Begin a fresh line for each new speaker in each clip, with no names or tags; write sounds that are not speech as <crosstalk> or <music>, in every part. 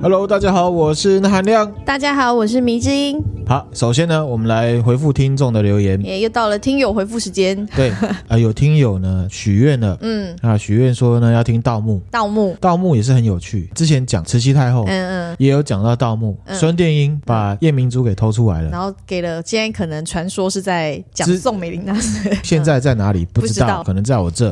Hello，大家好，我是那含亮。
大家好，我是迷之音，
好，首先呢，我们来回复听众的留言。
也又到了听友回复时间。 <laughs>
对，啊、有听友呢许愿了，
嗯，
啊，许愿说呢要听盗墓，
盗墓，
盗墓也是很有趣。之前讲慈禧太后，
嗯
也有讲到盗墓，
嗯
孙殿英把夜明珠给偷出来
嗯，然
了，
后给了，现在可能传说是在讲
之
宋美龄那时，
现在在哪里不
嗯不
知
知
道，
道
可能在我这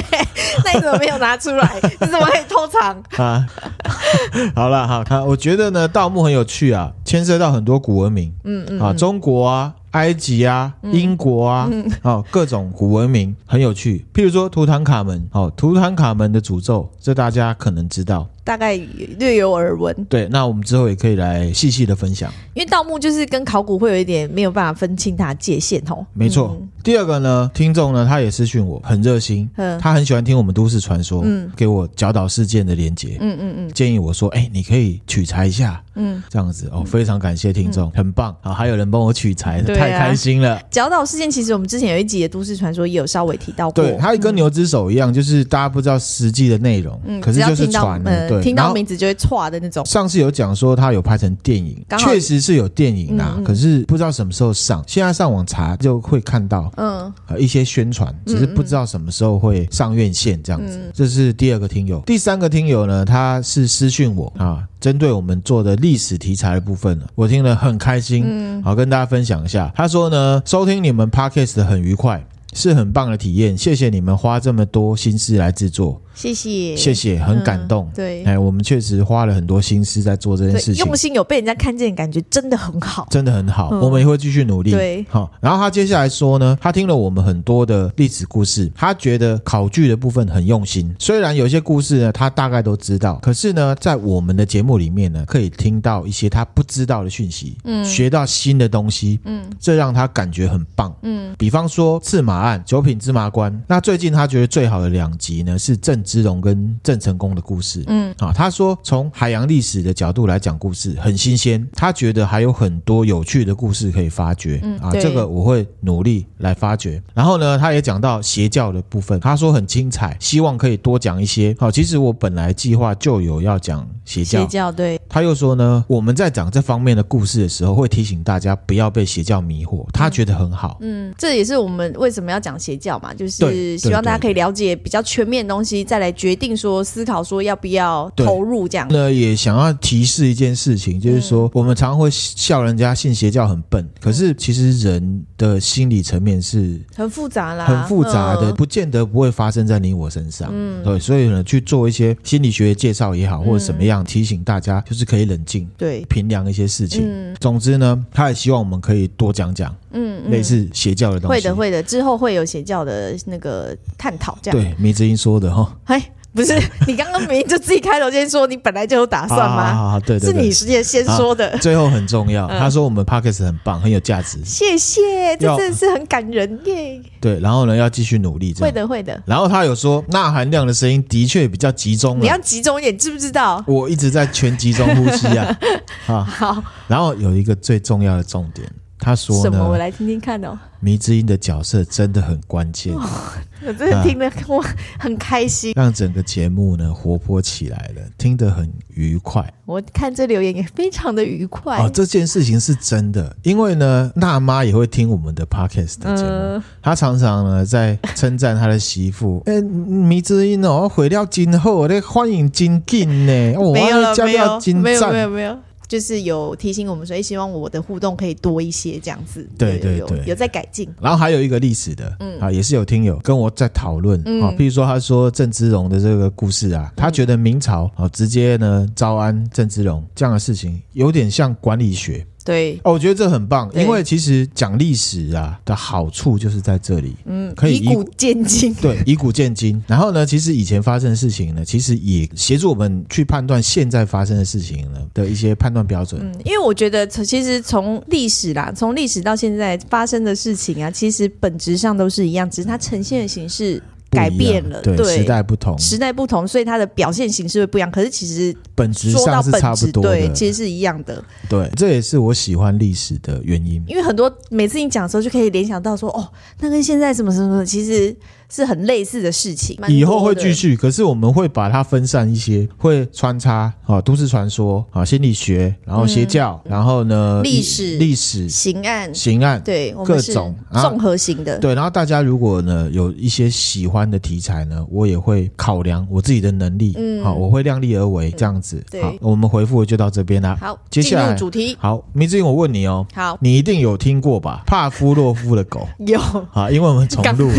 <laughs> 那你怎么没有拿出来？
<laughs>
你怎么可以偷藏？
啊。 <laughs> 好了，好，啊我觉得呢盗墓很有趣啊，牵涉到很多古文明，
嗯嗯，嗯
啊，中国啊、埃及啊、英国啊，哦，各种古文明很有趣。譬如说图坦卡门，哦，图坦卡门的诅咒，这大家可能知道。
大概略有耳闻，
对，那我们之后也可以来细细的分享。
因为盗墓就是跟考古会有一点没有办法分清它的界限哦。
没错，第二个呢，听众呢，他也私讯我，很热心，
嗯
他很喜欢听我们都市传说，
嗯
给我角岛事件的连接，
嗯嗯嗯
建议我说，哎、你可以取材一下，
嗯，
这样子哦，非常感谢听众，很棒啊、还有人帮我取材，
对啊
太开心了。
角岛事件其实我们之前有一集的都市传说也有稍微提到过，
对，它跟牛之手一样，就是大家不知道实际的内容，
嗯，
可是
只要
就是
听到
传了。
呃
对，
听
然
到
后
名字就会歘的那种。
上次有讲说它有拍成电影，
刚好
确实是有电影啦，
嗯嗯
可是不知道什么时候上。现在上网查就会看到。
嗯，
呃，一些宣传，只是不知道什么时候会上院线这样子。
嗯
这是第二个听友，第三个听友呢，他是私讯我啊，针对我们做的历史题材的部分呢，我听了很开心，
嗯
好跟大家分享一下。他说呢，收听你们 podcast 很愉快。是很棒的体验，谢谢你们花这么多心思来制作，
谢谢，
谢谢，很感动。
嗯对
哎，我们确实花了很多心思在做这件
对
事，情，
用心有被人家看见，感觉真的很好。
真的很好，
嗯
我们也会继续努力。
对
好、然后他接下来说呢，他听了我们很多的历史故事，他觉得考据的部分很用心。虽然有些故事呢，他大概都知道，可是呢，在我们的节目里面呢，可以听到一些他不知道的讯息，嗯，学到新的东西，嗯，这让他感觉很棒，嗯。比方说刺马案、九品芝麻官，那最近他觉得最好的两集呢是郑芝龙跟郑成功的故事，
嗯，
啊，他说从海洋历史的角度来讲故事很新鲜，他觉得还有很多有趣的故事可以发掘、
嗯
啊，
对
这个我会努力来发掘。然后呢，他也讲到邪教的部分，他说很精彩，希望可以多讲一些。好、其实我本来计划就有要讲邪教
邪，教对，
他又说呢，我们在讲这方面的故事的时候，会提醒大家不要被邪教迷惑，他觉得很好。
嗯，这也是我们为什么要讲邪教嘛，就
对
是希望大家可以了解比较全面的东西，再来决定说思考说要不要
对
投入这样。
那也想要提示一件事
嗯
情，就是说、我们常会笑人家信邪教很笨，可是其实人的心理层面是
很复杂啦，
很复杂的，
嗯
不见得不会发生在你我身上。嗯，对，所以呢，去做一些心理学的介绍也
嗯
好，或者什么样提醒大家，就是可以冷静
对，
评量一些事情。
嗯
总之呢，他也希望我们可以多讲讲
嗯嗯，
类似邪教的东西。
会的会的，之后会有邪教的那个探讨这样。
对，迷之音说的哈，
哎，不是 <laughs> 你刚刚明明就自己开头先说你本来就有打算
<laughs> 好
吗？
好好，啊对对
是
对啊
你，先先说的，
最后很重要。
嗯
他说我们 p o c k e t 很棒，很有价值。
谢谢，这
要
真的是很感人耶。
对，然后呢，要继续努力这
会
样。
的会的，
然后他有说，钠含量的声音的确比较集中
你要
了。
集中一点，知不知道？
我一直在全集中呼吸
<laughs>
啊啊！
好，
然后有一个最重要的重点，他说
什么？我
呢，
来听听看哦。
迷之音的角色真的很关键，
我真
啊
的听得我很开心，
让整个节目呢活泼起来了，听得很愉快。
我看这留言也非常的愉快。
哦，这件事情是真的，因为呢，娜妈也会听我们的 podcast 的节目，
嗯
她常常呢在称赞她的媳妇，哎、迷之音哦，毁掉今后那欢迎金进呢，哦我
没有
要
了，
加
没有
到，金
没有，没
赞
有，。没有，就是有提醒我们说，哎，希望我的互动可以多一些，这样子。
对对
有
对
有在改进。
然后还有一个历史的，啊，也是有听友跟我在讨论
嗯
啊，譬如说他说郑芝龙的这个故事啊，他觉得明朝啊直接呢招安郑芝龙这样的事情，有点像管理学
对，
哦，我觉得这很棒，
对
因为其实讲历史啊的好处就是在这里，
嗯，
可以
以古鉴今。
对，以古鉴今。然后呢，其实以前发生的事情呢，其实也协助我们去判断现在发生的事情呢的一些判断标准。
嗯，因为我觉得从其实从历史啦，从历史到现在发生的事情啊，其实本质上都是一样，只是它呈现的形式
不一样
改变了
对，
对
时代不同，
时代不同，所以它的表现形式会不一样。可是其实
本质
说到
上是
本
差不
质，
多的。
对，其实是一样的。
对，这也是我喜欢历史的原因。
因为很多每次你讲的时候，就可以联想到说，哦，那跟现在什么什么什么，其实是很类似的事情。蛮
以后
多
会
的
继续，可是我们会把它分散一些，会穿插啊，都市传说啊，心理学，然后邪教，然后呢，
嗯历
一
史
历史、
刑案，
刑案，
对，我
各
们是
种啊
综合型的。
对，然后大家如果呢有一些喜欢的题材呢，我也会考量我自己的能力，
嗯
好，我会量力而为，这样子。
对
好，我们回复就到这边啦。
好，
接
进
下
入
来
主题。
好，明志英，我问你哦，
好，
你一定有听过吧？帕夫洛夫的
<laughs>
狗
有，
啊，因为我们重录了，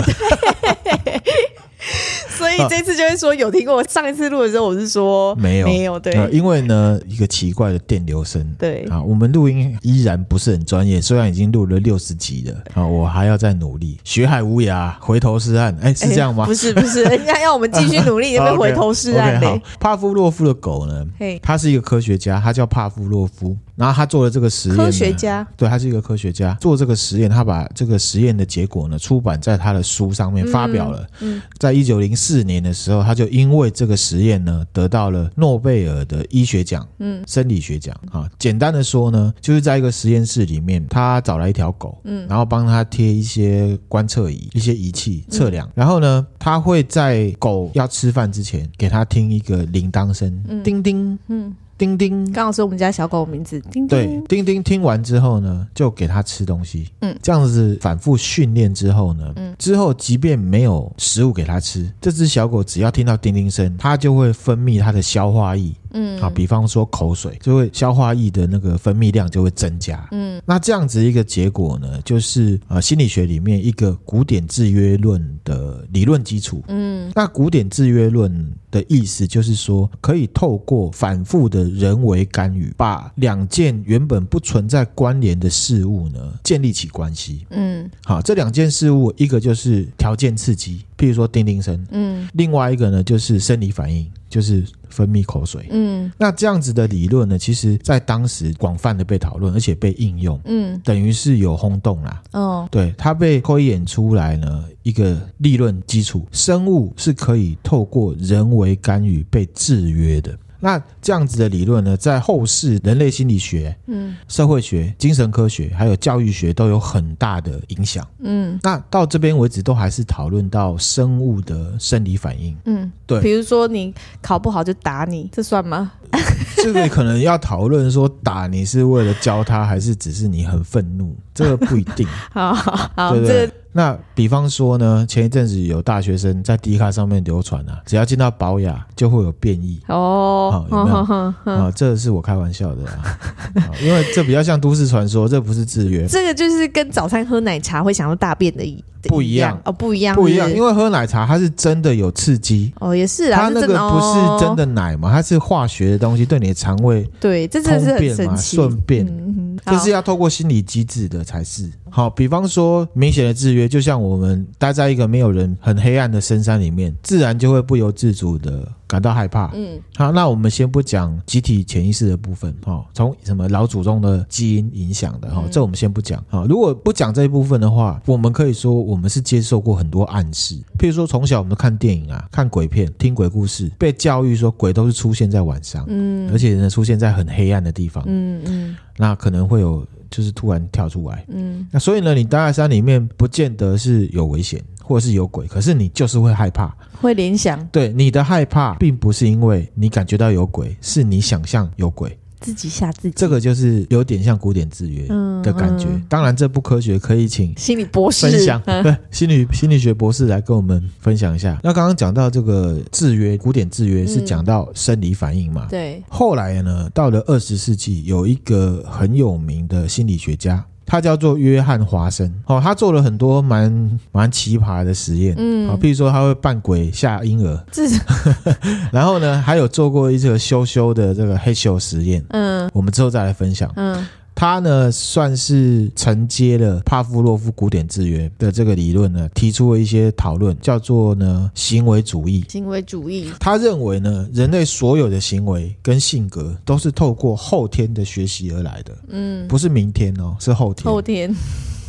所以这次就会说有听过。上一次录的时候，我是说
没有
没有，对、
呃因为呢一个奇怪的电流声。
对。
啊，我们录音依然不是很专业，虽然已经录了六十集了啊，我还要再努力。学海无涯，回头是岸，哎，是这样吗
哎？不是不
<laughs>
是，人家要我们继续努力，就被回头是岸
o k
嘞
好。，帕夫洛夫的狗呢
嘿，
他是一个科学家，他叫帕夫洛夫，然后他做了这个实验呢。
科学家
对，他是一个科学家，做这个实验，他把这个实验的结果呢出版在他的书上面发表了。
嗯
在一九零四年的时候，他就因为这个实验呢得到了诺贝尔的医学奖，嗯，生理学奖啊。简单的说呢，就是在一个实验室里面，他找来一条狗，嗯，然后帮他贴一些观测仪、一些仪器测量，然后呢，他会在狗要吃饭之前给它听一个铃铛声，叮叮，嗯，叮叮，
刚好是我们家小狗的名字，叮
对
叮，，
丁丁听完之后呢，就给它吃东西。嗯，这样子反复训练之后呢，嗯，之后即便没有食物给它吃，这只小狗只要听到叮叮声，它就会分泌它的消化液。嗯，啊，比方说口水，就会消化液的那个分泌量就会增加。嗯，那这样子一个结果呢，就是呃心理学里面一个古典制约论的理论基础。
嗯
那古典制约论的意思就是说，可以透过反复的人为干预，把两件原本不存在关联的事物呢，建立起关系。
嗯
好，这两件事物，一个就是条件刺激，譬如说叮叮声；
嗯
另外一个呢，就是生理反应，就是分泌口水。
嗯
那这样子的理论呢，其实在当时广泛的被讨论，而且被应用，
嗯，
等于是有轰动啦。
哦，
对，它被推演出来呢一个理论基础，生物是可以透过人为干预被制约的。那这样子的理论呢，在后世人类心理学、
嗯
社会学、精神科学还有教育学都有很大的影响。
嗯
那到这边为止，都还是讨论到生物的生理反
<laughs>
应。
嗯，
对
比如说你考不好就打你，这算吗？ <laughs>
这个可能要讨论说，打你是为了教他，还是只是你很愤怒？这个不一定。
好好好，
对不
啊这
对
个？
那比方说呢，前一阵子有大学生在 D 卡上面流传啊，只要进到保雅就会有变异
哦，
好有没有
哼哼哼
啊，这是我开玩笑的
<laughs>
啊，啊因为这比较像都市传说，这不是制约，
这个就是跟早餐喝奶茶会想要大便的一
不
一
一样
哦，不一样，
不一样，
是
因
是
为喝奶茶它是真的有刺激。
哦也是
它
啊，
那
这
个不是真
的哦，
的奶嘛，它是化学的东西，对你的肠胃，
对，这真的是很神奇，
通便嘛顺便
嗯，嗯
这是
好
要透过心理机制的才是。好，比方说明显的制约，就像我们待在一个没有人、很黑暗的深山里面，自然就会不由自主的感到害怕。
嗯
好，那我们先不讲集体潜意识的部分哦，从什么老祖宗的基因影响的
嗯
哈、哦，这我们先不讲啊、哦。如果不讲这一部分的话，我们可以说我们是接受过很多暗示，譬如说从小我们看电影啊、看鬼片、听鬼故事，被教育说鬼都是出现在晚上，
嗯
而且呢出现在很黑暗的地方，
嗯嗯
那可能会有就是突然跳出来。
嗯
那所以呢，你待在山里面不见得是有危险或者是有鬼，可是你就是会害怕。
会联想
对你的害怕，并不是因为你感觉到有鬼，是你想象有鬼。
自己吓自己，
这个就是有点像古典制约
嗯
的感觉。
嗯
当然，这不科学，可以请
心理博士
分享
嗯
对心理心理学博士来跟我们分享一下。那刚刚讲到这个制约，古典制约是
嗯
讲到生理反应嘛？
对，
后来呢，到了二十世纪，有一个很有名的心理学家，他叫做约翰华生。哦，他做了很多蛮蛮奇葩的实验。哦
嗯
好，譬如说他会扮鬼吓婴儿，
这是
然后呢，还有做过一个羞羞的这个黑咻实验，
嗯
我们之后再来分享。
嗯
他呢，算是承接了帕夫洛夫古典制约的这个理论呢，提出了一些讨论，叫做呢行为主义。
行为主义，
他认为呢，人类所有的行为跟性格都是透过后天的学习而来的，
嗯，
不是明天哦，是后天。
后天 <laughs>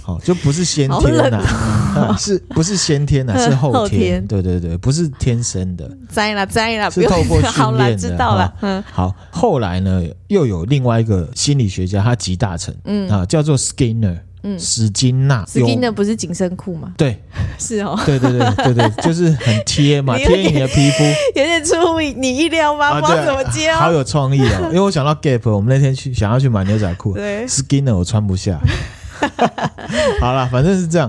好、就不是先
好
天
冷
呐、 <laughs> 是不是先天
<laughs>
呐、
嗯
是后
后天
对对对，不是天生的。
栽啦栽啦，不
是
用
透过
<laughs> 好
训
啦，
练的
知道
哈
了，嗯
好，后来呢，又有另外一个心理学家，他集大成，嗯啊，叫做 Skinner，嗯，史金纳，有
，skin 的不是紧身裤吗？
对
是哦，
对对对对对， <laughs> 就是很贴嘛，
你有
贴
点
你的皮
<laughs>
肤。
<laughs>
啊
有点出乎你意料吗？不知道
对，
怎么接
好
哦。
有创意哦！因为我想到 Gap，我们那天去想要去买牛仔裤
对
，Skinner 我穿不下。 <laughs> 好啦，反正是这样。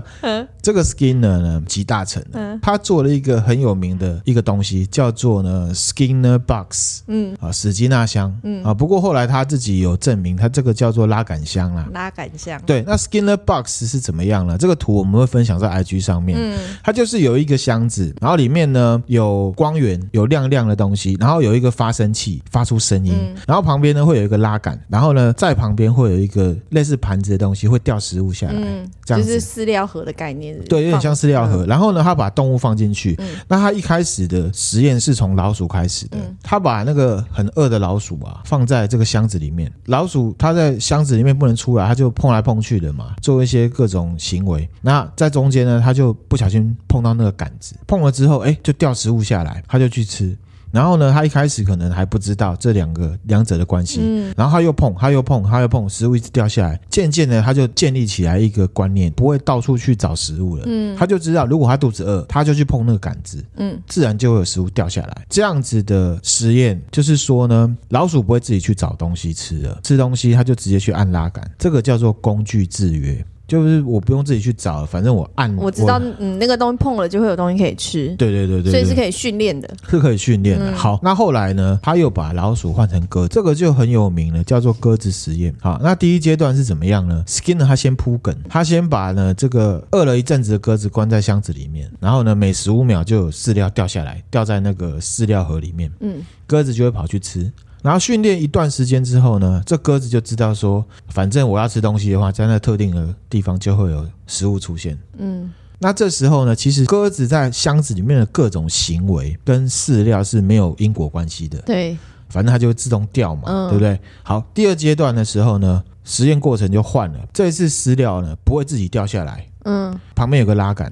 这个 Skinner 呢，集大成的，他做了一个很有名的一个东西，叫做呢 Skinner Box，嗯，啊，史基纳箱，嗯啊，不过后来他自己有证明，他这个叫做拉杆箱啦。
拉杆箱，
对，那 Skinner Box 是怎么样呢？这个图我们会分享在 IG 上面。它就是有一个箱子，然后里面呢有光源，有亮亮的东西，然后有一个发声器发出声音，然后旁边呢会有一个拉杆，然后呢在旁边会有一个类似盘子的东西会掉食物下来，
嗯，
这
就
样子。
是饲料盒的概念，
对，有点像饲料盒。然后呢，他把动物放进去。那他一开始的实验是从老鼠开始的。他把那个很饿的老鼠啊放在这个箱子里面，老鼠它在箱子里面不能出来，它就碰来碰去的嘛，做一些各种行为。那在中间呢，它就不小心碰到那个杆子，碰了之后，哎，就掉食物下来，它就去吃。然后呢，他一开始可能还不知道这两个两者的关系，然后他又碰，他又碰，他又碰，食物一直掉下来，渐渐的他就建立起来一个观念，不会到处去找食物了，嗯，他就知道如果他肚子饿，他就去碰那个杆子，嗯，自然就会有食物掉下来。这样子的实验就是说呢，老鼠不会自己去找东西吃了，吃东西它就直接去按拉杆，这个叫做工具制约。就是我不用自己去找了，反正我按
我知道，嗯，那个东西碰了就会有东西可以吃，
对对对对对，
所以是可以训练的。嗯
是可以训练的。好，那后来呢，他又把老鼠换成鸽子，这个就很有名了，叫做鸽子实验。好，那第一阶段是怎么样呢？Skinner 他先铺梗，他先把呢这个饿了一阵子的鸽子关在箱子里面，然后呢每十五秒就有饲料掉下来，掉在那个饲料盒里面，
嗯，
鸽子就会跑去吃。然后训练一段时间之后呢，这鸽子就知道说，反正我要吃东西的话，在那特定的地方就会有食物出现。
嗯，
那这时候呢，其实鸽子在箱子里面的各种行为跟饲料是没有因果关系的，
对，
反正它就会自动掉嘛，
嗯
对不对？好，第二阶段的时候呢，实验过程就换了，这一次饲料呢不会自己掉下来，
嗯
旁边有个拉杆，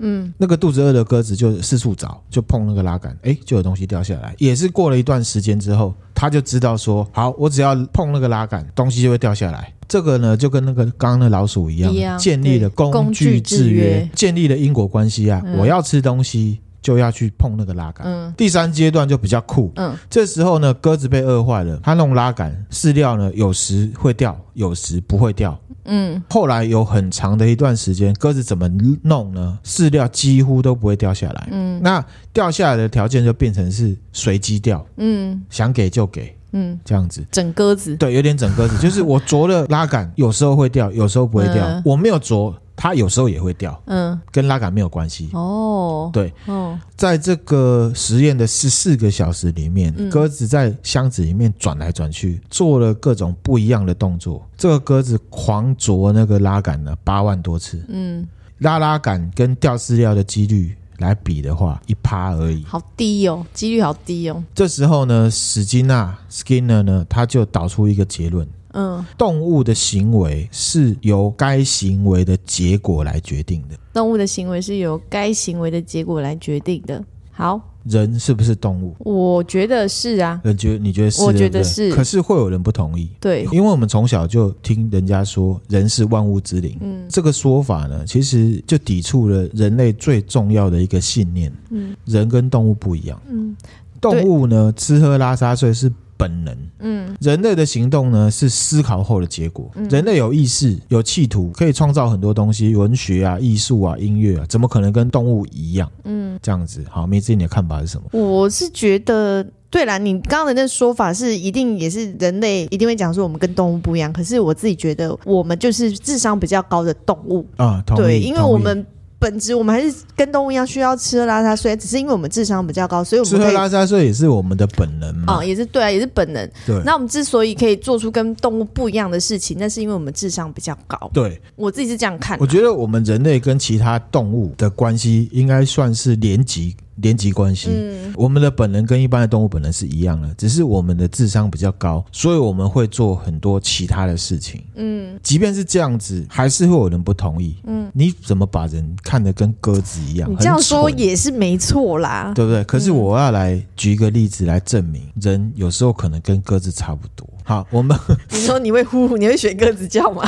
嗯，
那个肚子饿的鸽子就四处找，就碰那个拉杆，哎，就有东西掉下来。也是过了一段时间之后，他就知道说，好，我只要碰那个拉杆，东西就会掉下来。这个呢，就跟那个刚刚的老鼠一样，
一样
建立了
对
工具制
工具制
约
约，
建立了因果关系啊。
嗯
我要吃东西，就要去碰那个拉杆。
嗯
第三阶段就比较酷，
嗯，
这时候呢，鸽子被饿坏了，它弄拉杆，饲料呢有时会掉，有时不会掉。
嗯，
后来有很长的一段时间，鸽子怎么弄呢？饲料几乎都不会掉下来。嗯，那掉下来的条件就变成是随机掉，
嗯
想给就给
嗯，
这样子。
整鸽子，
对，有点整鸽子，就是我着了拉杆，有时候会掉，有时候不会掉。
嗯
我没有着，它有时候也会掉，
嗯，
跟拉杆没有关系。
哦，
对，
哦，
在这个实验的十四个小时里面，
嗯
鸽子在箱子里面转来转去，做了各种不一样的动作。这个鸽子狂啄那个拉杆呢，八万多次。
嗯，
拉拉杆跟掉饲料的几率来比的话，一趴而已。
好低哦，几率好低哦，
这时候呢，史金纳 Skinner 呢，他就导出一个结论：
嗯，
动物的行为是由该行为的结果来决定的。
动物的行为是由该行为的结果来决定的。好，
人是不是动物？
我觉得是啊，
人觉你觉得是？
我
对
觉
不对
得是
可是会有人不同意。
对，
因为我们从小就听人家说人是万物之灵，嗯，这个说法呢，其实就抵触了人类最重要的一个信念，嗯，人跟动物不一样，嗯，动物呢吃喝拉撒睡是本能，嗯，人类的行动呢是思考后的结果，
嗯
人类有意识、有企图，可以创造很多东西，文学啊、艺术啊、音乐啊，怎么可能跟动物一样？嗯，这样子，好，梅子，你的看法是什么？
我是觉得，对啦，你刚刚的那说法是一定也是人类一定会讲说我们跟动物不一样，可是我自己觉得我们就是智商比较高的动物，
啊，同意，
对，因为
同意
我们本质我们还是跟动物一样需要吃喝拉撒睡，只是因为我们智商比较高，所以我
吃
们
喝
可以。
拉撒睡也是我们的本能嘛，
哦，也是对啊，也是本能。
对。
哎那我们之所以可以做出跟动物不一样的事情，那是因为我们智商比较高。
对，
我自己是这样看啊
我。觉得我们人类跟其他动物的关系应该算是连级连级关系。
嗯，
我们的本能跟一般的动物本能是一样的，只是我们的智商比较高，所以我们会做很多其他的事情。
嗯，
即便是这样子，还是会有人不同意。嗯，你怎么把人看得跟鸽子一样？
你这样
很蠢
说也嗯是没错啦。
对不对？可是我要来举一个例子来证明，人有时候可能跟鸽子差不多。好，我们
你说你会呼，你会选鸽子
<laughs>
叫吗？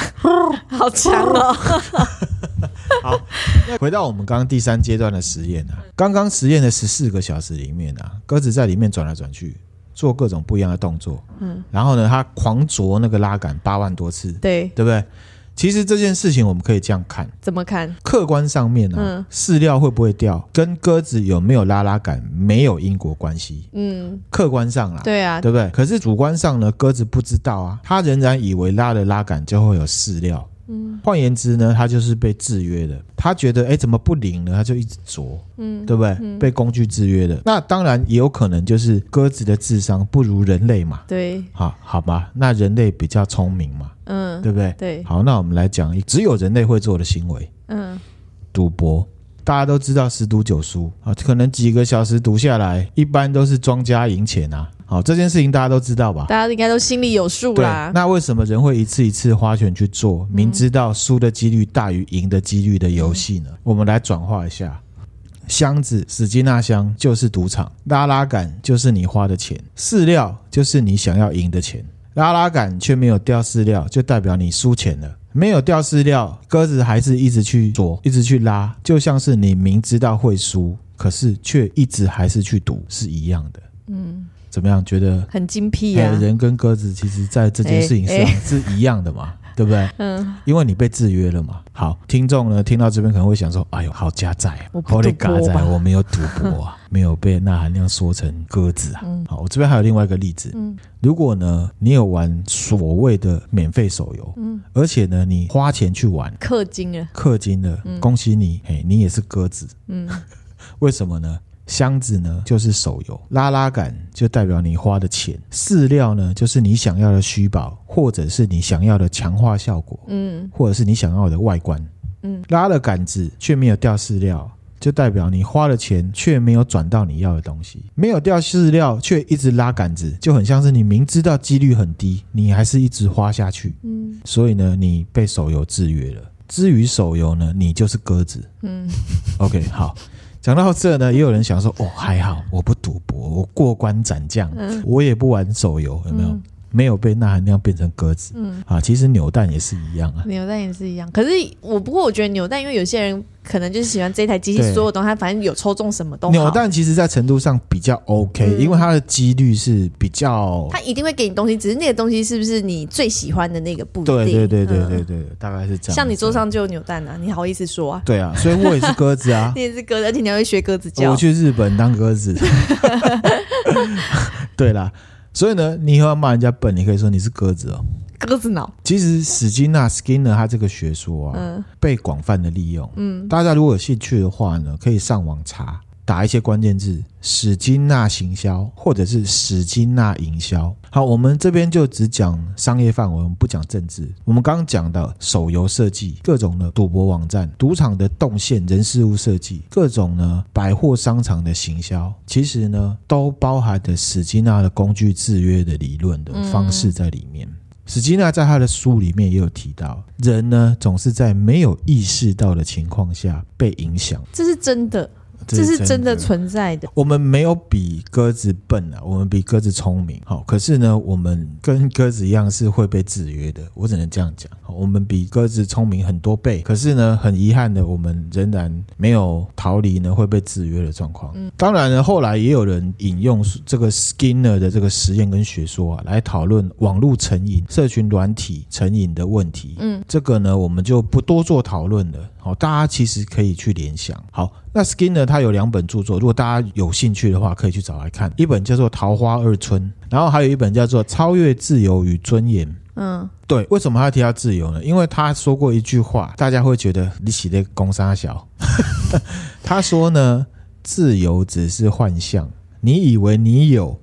好强哦！
回到我们刚刚第三阶段的实验啊，刚刚实验的十四个小时里面啊，鸽子在里面转来转去，做各种不一样的动作。嗯，然后呢，它狂啄那个拉杆八万多次，
对，
对不对？其实这件事情我们可以这样看，
怎么看？
客观上面啊
嗯，
饲、料会不会掉，跟鸽子有没有拉拉杆没有因果关系。
嗯，
客观上啦，
对啊，
对不对？可是主观上呢，鸽子不知道啊，它仍然以为拉了拉杆就会有饲料。嗯，换言之呢，它就是被制约的。它觉得哎，诶怎么不灵呢？它就一直啄，嗯，对不对？被工具制约的。那当然也有可能就是鸽子的智商不如人类嘛，
对，
好，好吧？那人类比较聪明嘛，
嗯，
对不对？
对，
好，那我们来讲一只有人类会做的行为
嗯，
——赌博。大家都知道十赌九输啊，可能几个小时赌下来，一般都是庄家赢钱啊。好，这件事情大家都知道吧？
大家应该都心里有数
对，
啦。
那为嗯什么人会一次一次花钱去做明知道输的几率大于赢的几率的游戏呢？我们来转化一下。箱子、史基纳箱就是赌场，拉拉杆就是你花的钱，饲料就是你想要赢的钱。拉拉杆却没有掉饲料，就代表你输钱了。没有掉饲料，鸽子还是一直去啄，一直去拉，就像是你明知道会输，可是却一直还是去赌是一样的。嗯，怎么样？觉得
很精辟
哎，
啊。
人跟鸽子其实在这件事情上
哎哎
是一样的嘛， <laughs> 对不对？
嗯，
因为你被制约了嘛。好，听众呢听到这边可能会想说：“哎呦，好加载啊，
我不
好
赌
的
博
嘎仔，
吧
我没有赌博
<laughs>
啊，没有被钠含量说成鸽子啊。
嗯
好，我这边还有另外一个例子，如果呢你有玩所谓的免费手游，
嗯
而且呢你花钱去玩，
氪金啊了，
氪金了，
嗯
恭喜你，嘿，你也是鸽子。嗯，为什么呢？箱子呢就是手游，拉拉杆就代表你花的钱，饲料呢就是你想要的虚宝，或者是你想要的强化效果，
嗯，
或者是你想要的外观。
嗯，
拉了杆子却没有掉饲料。就代表你花了钱却没有转到你要的东西，没有掉饲料却一直拉杆子，就很像是你明知道几率很低，你还是一直花下去。
嗯
所以呢，你被手游制约了。至于手游呢，你就是鸽子。
嗯，
OK，好。讲到这呢，也有人想说，哦，还好我不赌博，我过关斩将，我也不玩手游，有没有？
嗯
没有被钠含量变成鸽子。
嗯
啊，其实扭蛋也是一样啊。
扭蛋也是一样。可是我不过我觉得扭蛋，因为有些人可能就是喜欢这台机器
对
所有东西，他反正有抽中什么都好嗯
扭，蛋其实在程度上比较 OK，、因为它的几率是比较
他一定会给你东西，只是那个东西是不是你最喜欢的那个不一定。
对对对对
嗯
对对，大概是这样。
像你桌。上就有扭蛋啊，你好意思说啊？
对啊，所以我也是鸽子
<laughs>
啊。
你也是鸽子，而且你还会学鸽子叫
我。去日本当鸽
<laughs>
子。 <laughs> 对啦，所以呢，你以后要骂人家笨，你可以说你是鸽子哦。
鸽子脑，
其实史金纳 Skinner 他这个学说啊，
嗯
被广泛的利用。
嗯
大家如果有兴趣的话呢，可以上网查，打一些关键字“史金纳行销”或者是“史金纳营销”。好，我们这边就只讲商业范围，我们不讲政治。我们刚刚讲到手游设计、各种的赌博网站、赌场的动线、人事物设计、各种呢百货商场的行销，其实呢都包含着史金纳的工具制约的理论的方式在里面。史基纳在他的书里面也有提到，人呢总是在没有意识到的情况下被影响，
这是真的，这是真的存在的。
我们没有比鸽子笨啊，我们比鸽子聪明。好，可是呢，我们跟鸽子一样是会被制约的，我只能这样讲。好我们比鸽子聪明很多倍，可是呢，很遗憾的，我们仍然没有逃离呢会被制约的状况。当然呢，后来也有人引用这个 Skinner 的这个实验跟学说啊，来讨论网络成瘾、社群软体成瘾的问题。
嗯，
这个呢，我们就不多做讨论了。好，大家其实可以去联想。好，那 Skinner 他有两本著作，如果大家有兴趣的话，可以去找来看。一本叫做《桃花二春》，然后还有一本叫做《超越自由与尊严》。
嗯，
对，为什么他要提到自由呢？因为他说过一句话，大家会觉得你起的攻杀小。 <laughs> 他说呢，自由只是幻象，你以为你有，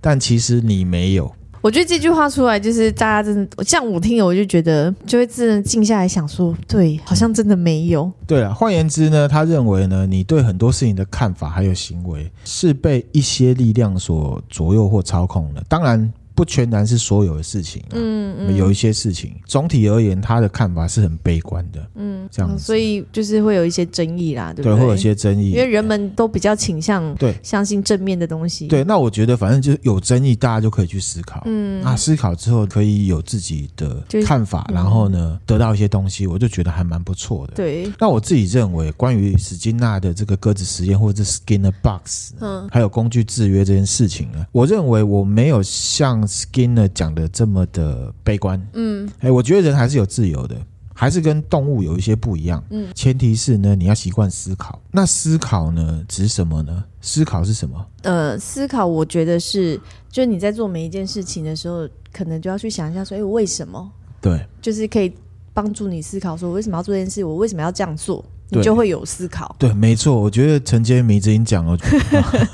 但其实你没有。
我觉得这句话出来，就是大家真的像我听了，我就觉得就会自然静下来想说，对，好像真的没有。
对了，换言之呢，他认为呢，你对很多事情的看法还有行为是被一些力量所左右或操控的。当然，不全然是所有的事情、嗯，
嗯
有一些事情，总体而言，他的看法是很悲观的。嗯，这样子，
哦所以就是会有一些争议啦，对不
对，
对？
会有一些争
因为
议。
人们都比较倾向
对
相信正面的东西。
对，那我觉得反正就是有争议，大家就可以去思考。
嗯，
那思考之后可以有自己的
就是嗯
看法，然后呢，得到一些东西，我就觉得还蛮不错的。
对，
那我自己认为，关于史金纳的这个鸽子实验，或者是 Skinner Box，嗯，还有工具制约这件事情呢，我认为我没有像 Skinner 讲的这么的悲观。
嗯，
哎，我觉得人还是有自由的。还是跟动物有一些不一样，嗯，前提是呢，你要习惯思考。那思考呢，指什么呢？思考是什么？
呃，思考我觉得是，就是你在做每一件事情的时候，可能就要去想一下说，哎，我为什么？
对，
就是可以帮助你思考说，我为什么要做这件事？我为什么要这样做？你
对
就会有思考。
对，没错，我觉得陈杰明之前讲了， <laughs>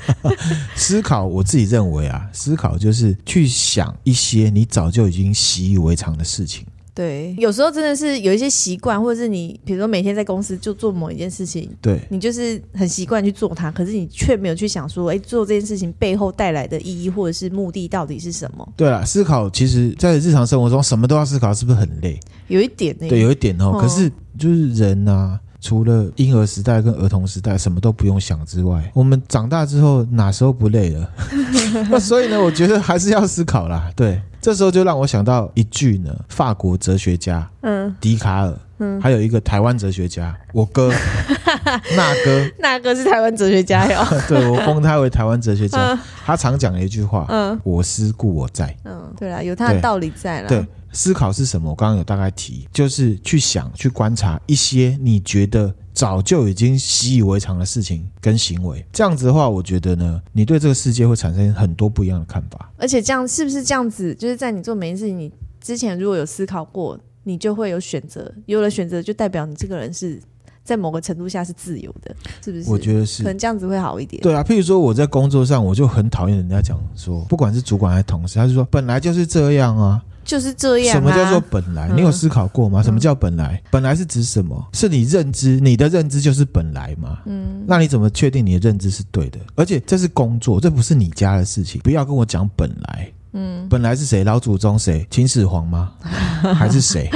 思考我自己认为啊，思考就是去想一些你早就已经习以为常的事情。
对，有时候真的是有一些习惯，或者是你，比如说每天在公司就做某一件事情，
对，
你就是很习惯去做它，可是你却没有去想说，哎，做这件事情背后带来的意义或者是目的到底是什么？
对了，思考其实在日常生活中什么都要思考，是不是很累？
有一点呢、
对，有一点哦
哦。
可是就是人啊，除了婴儿时代跟儿童时代什么都不用想之外，我们长大之后哪时候不累
<laughs>
了？那所以呢，我觉得还是要思考啦。对，这时候就让我想到一句呢，法国哲学家
嗯，
笛卡尔，嗯，还有一个台湾哲学家，我哥
<laughs>
那哥，
那个是台湾哲学家哟。
<laughs> 对我封他为台湾哲学家，他常讲的一句话，
嗯
我思故我在。
嗯，对啦，有它的
对
道理在啦。
对，，思考是什么？我刚刚有大概提，就是去想、去观察一些你觉得早就已经习以为常的事情跟行为。这样子的话，我觉得呢，你对这个世界会产生很多不一样的看法。
而且这样是不是这样子？就是在你做每件事情，你之前如果有思考过，你就会有选择，有了选择就代表你这个人是在某个程度下是自由的，是不是？
我觉得
可
是。
能这样子会好一点。
对啊，譬如说我在工作上，我就很讨厌人家讲说，不管是主管还是同事，他就说本来就是这样啊，
就是这样、啊。
什么叫做本来？
嗯
你有思考过吗？
嗯
什么叫本来？本来是指什么？是你认知，你的认知就是本来嘛？嗯，那你怎么确定你的认知是对的？而且这是工作，这不是你家的事情，不要跟我讲本来。嗯，本来是谁？老祖宗谁？秦始皇吗？
<laughs>
还是谁？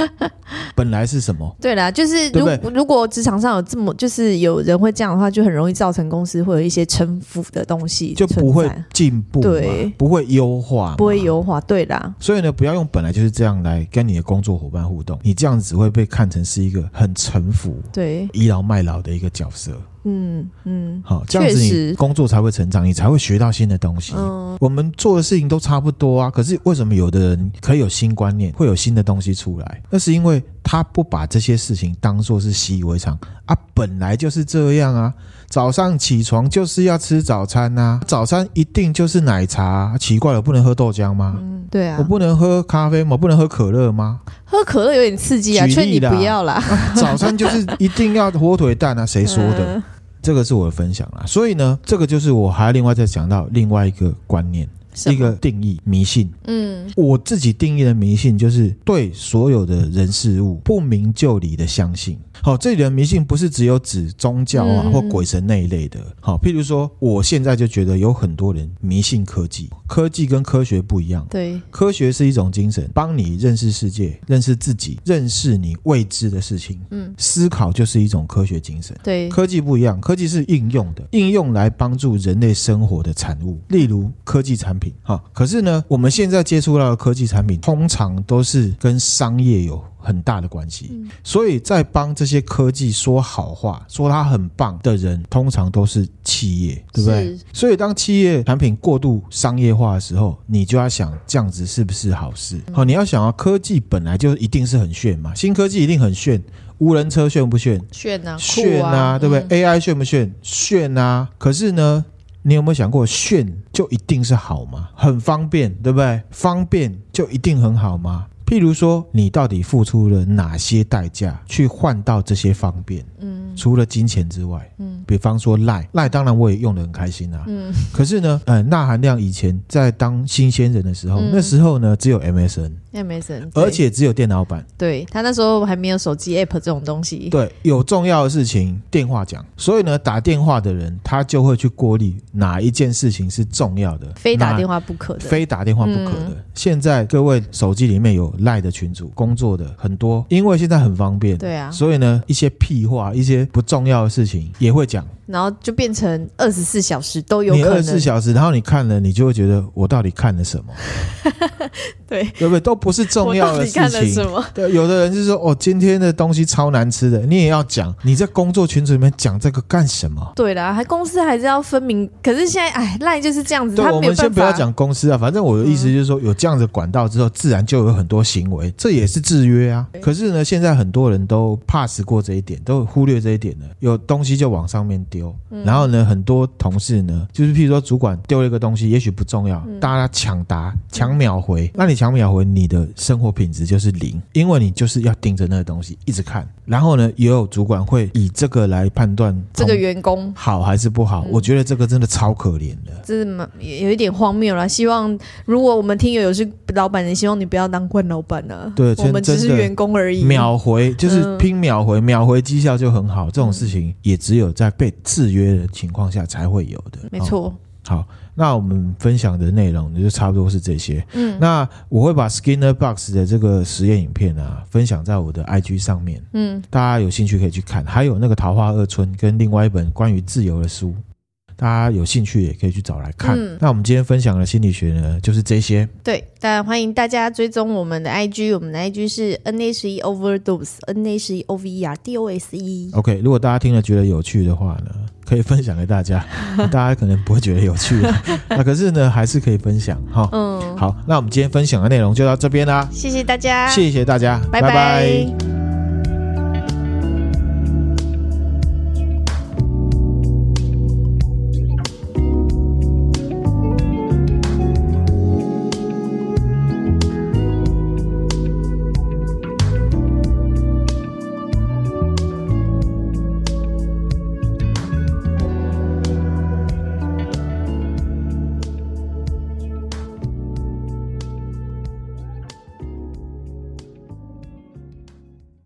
本来是什么？
对啦，就是
对
如
不对
如果职场上有这么，就是有人会这样的话，就很容易造成公司会有一些城府的东西
就不会
存在
进步嘛
对，
不会优化，
不会。优化。对啦，
所以呢，不要用本来就是这样来跟你的工作伙伴互动，你这样子会被看成是一个很城府、
对，
倚老卖老的一个角色。
嗯嗯
好，这样子
确实
你工作才会成长，你才会学到新的东西。
嗯，
我们做的事情都差不多啊，可是为什么有的人可以有新观念，会有新的东西出来？那是因为他不把这些事情当做是习以为常啊，本来就是这样啊。早上起床就是要吃早餐呐、啊，早餐一定就是奶茶、啊。奇怪了，不能喝豆浆吗？
嗯对啊
我，不能喝咖啡吗？不能喝可乐
<laughs>
吗？
喝可乐有点刺激啊，
举例
劝你
啦
不要啦。
早餐就是一定要火腿蛋啊，谁说的？
嗯
这个是我的分享啦。所以呢，这个就是我还要另外再讲到另外一个观念，
<laughs> 什么
一个定义迷信。
嗯
我自己定义的迷信就是对所有的人事物不明就里的相信。好，这里的迷信不是只有指宗教啊、
嗯
或鬼神那一类的。好，譬如说，我现在就觉得有很多人迷信科技，科技跟科学不一样。
对，
科学是一种精神，帮你认识世界、认识自己、认识你未知的事情。
嗯，
思考就是一种科学精神。
对，
科技不一样，科技是应用的，应用来帮助人类生活的产物，例如科技产品。哈、可是呢，我们现在接触到的科技产品，通常都是跟商业有很大的关系，
嗯
所以在帮这些科技说好话、说它很棒的人，通常都是企业，对不对
是？
所以当企业产品过度商业化的时候，你就要想这样子是不是好事？
嗯
好、你要想啊，科技本来就一定是很炫嘛，新科技一定很炫，无人车炫不炫？
炫啊，
炫
酷
啊，对不对、？a i 炫不炫？炫啊！可是呢，你有没有想过，炫就一定是好吗？很方便，对不对？方便就一定很好吗？譬如说，你到底付出了哪些代价去换到这些方便？嗯，除了金钱之外，嗯，比方说赖赖，当然我也用的很开心啊。嗯，可是呢，呃，钠含量以前在当新鲜人的时候，
嗯
那时候呢只有 MSN，
那没神，对
而且只有电脑版。
对他那时候还没有手机 app 这种东西，
对，有重要的事情电话讲，所以呢，打电话的人他就会去过滤哪一件事情是重要的，
非打电
话
话不可的。嗯
非打电话不可的。现在各位手机里面有赖的群组，工作的很多，因为现在很方便，
对啊，
所以呢，一些屁话、一些不重要的事情也会讲。
然后就变成二十四小时都有
你
可
二
能。
十四小时，然后你看了，你就会觉得我到底看了
<laughs>
什么？
对，
对不对？都不是重要的
我
事
到底看了
情
什。么？
对，有的人就说哦，今天的东西超难吃的，你也要讲。你在工作群组里面讲这个干什么？
对啦，还公司还是要分明。可是现在，哎，赖就是这样子，
对，
他
我
没有
们
办法。
先不要讲公司啊，反正我的意思就是说，有这样的管道之后，自然就有很多行
嗯
为，这也是制约啊。可是呢，现在很多人都 pass 过这一点，都忽略这一点了，有东西就往上面丢。
嗯
然后呢，很多同事呢，就是譬如说主管丢了一个东西，也许不重要，
嗯
大家抢答、抢秒回，那你抢秒回，你的生活品质就是零，因为你就是要盯着那个东西一直看。然后呢，也有主管会以这个来判断
这个嗯员工，
好还是不好，我觉得这个真的超可怜的。
这是蛮也有一点荒谬啦。希望如果我们听友有是老板的，希望你不要当惯老板啊。
对
我们
真
只
真
是
的
员工而已。
秒回就是
嗯
拼秒回，秒回绩效就很好。这种事情也只有在被制约的情况下才会有的。
没
哦、
错，
好，那我们分享的内容就差不多是这些。
嗯
那我会把 Skinner Box 的这个实验影片啊，分享在我的 IG 上面，
嗯，
大家有兴趣可以去看。还有那个《桃花二村》跟另外一本关于自由的书，大家有兴趣也可以去找来看。
嗯
那我们今天分享的心理学呢，就是这些。
对，当然欢迎大家追踪我们的 IG，我们的 IG 是 N A 十一 Overdose，N A 十一 O V E R D O S E。
OK，如果大家听了觉得有趣的话呢，可以分享给大
<laughs>
家。大家可能不会觉得有趣啊，那可是呢，还是可以分享哈。
嗯，
好，那我们今天分享的内容就到这边啦，
谢谢大家，
谢谢大家，
拜
拜拜
拜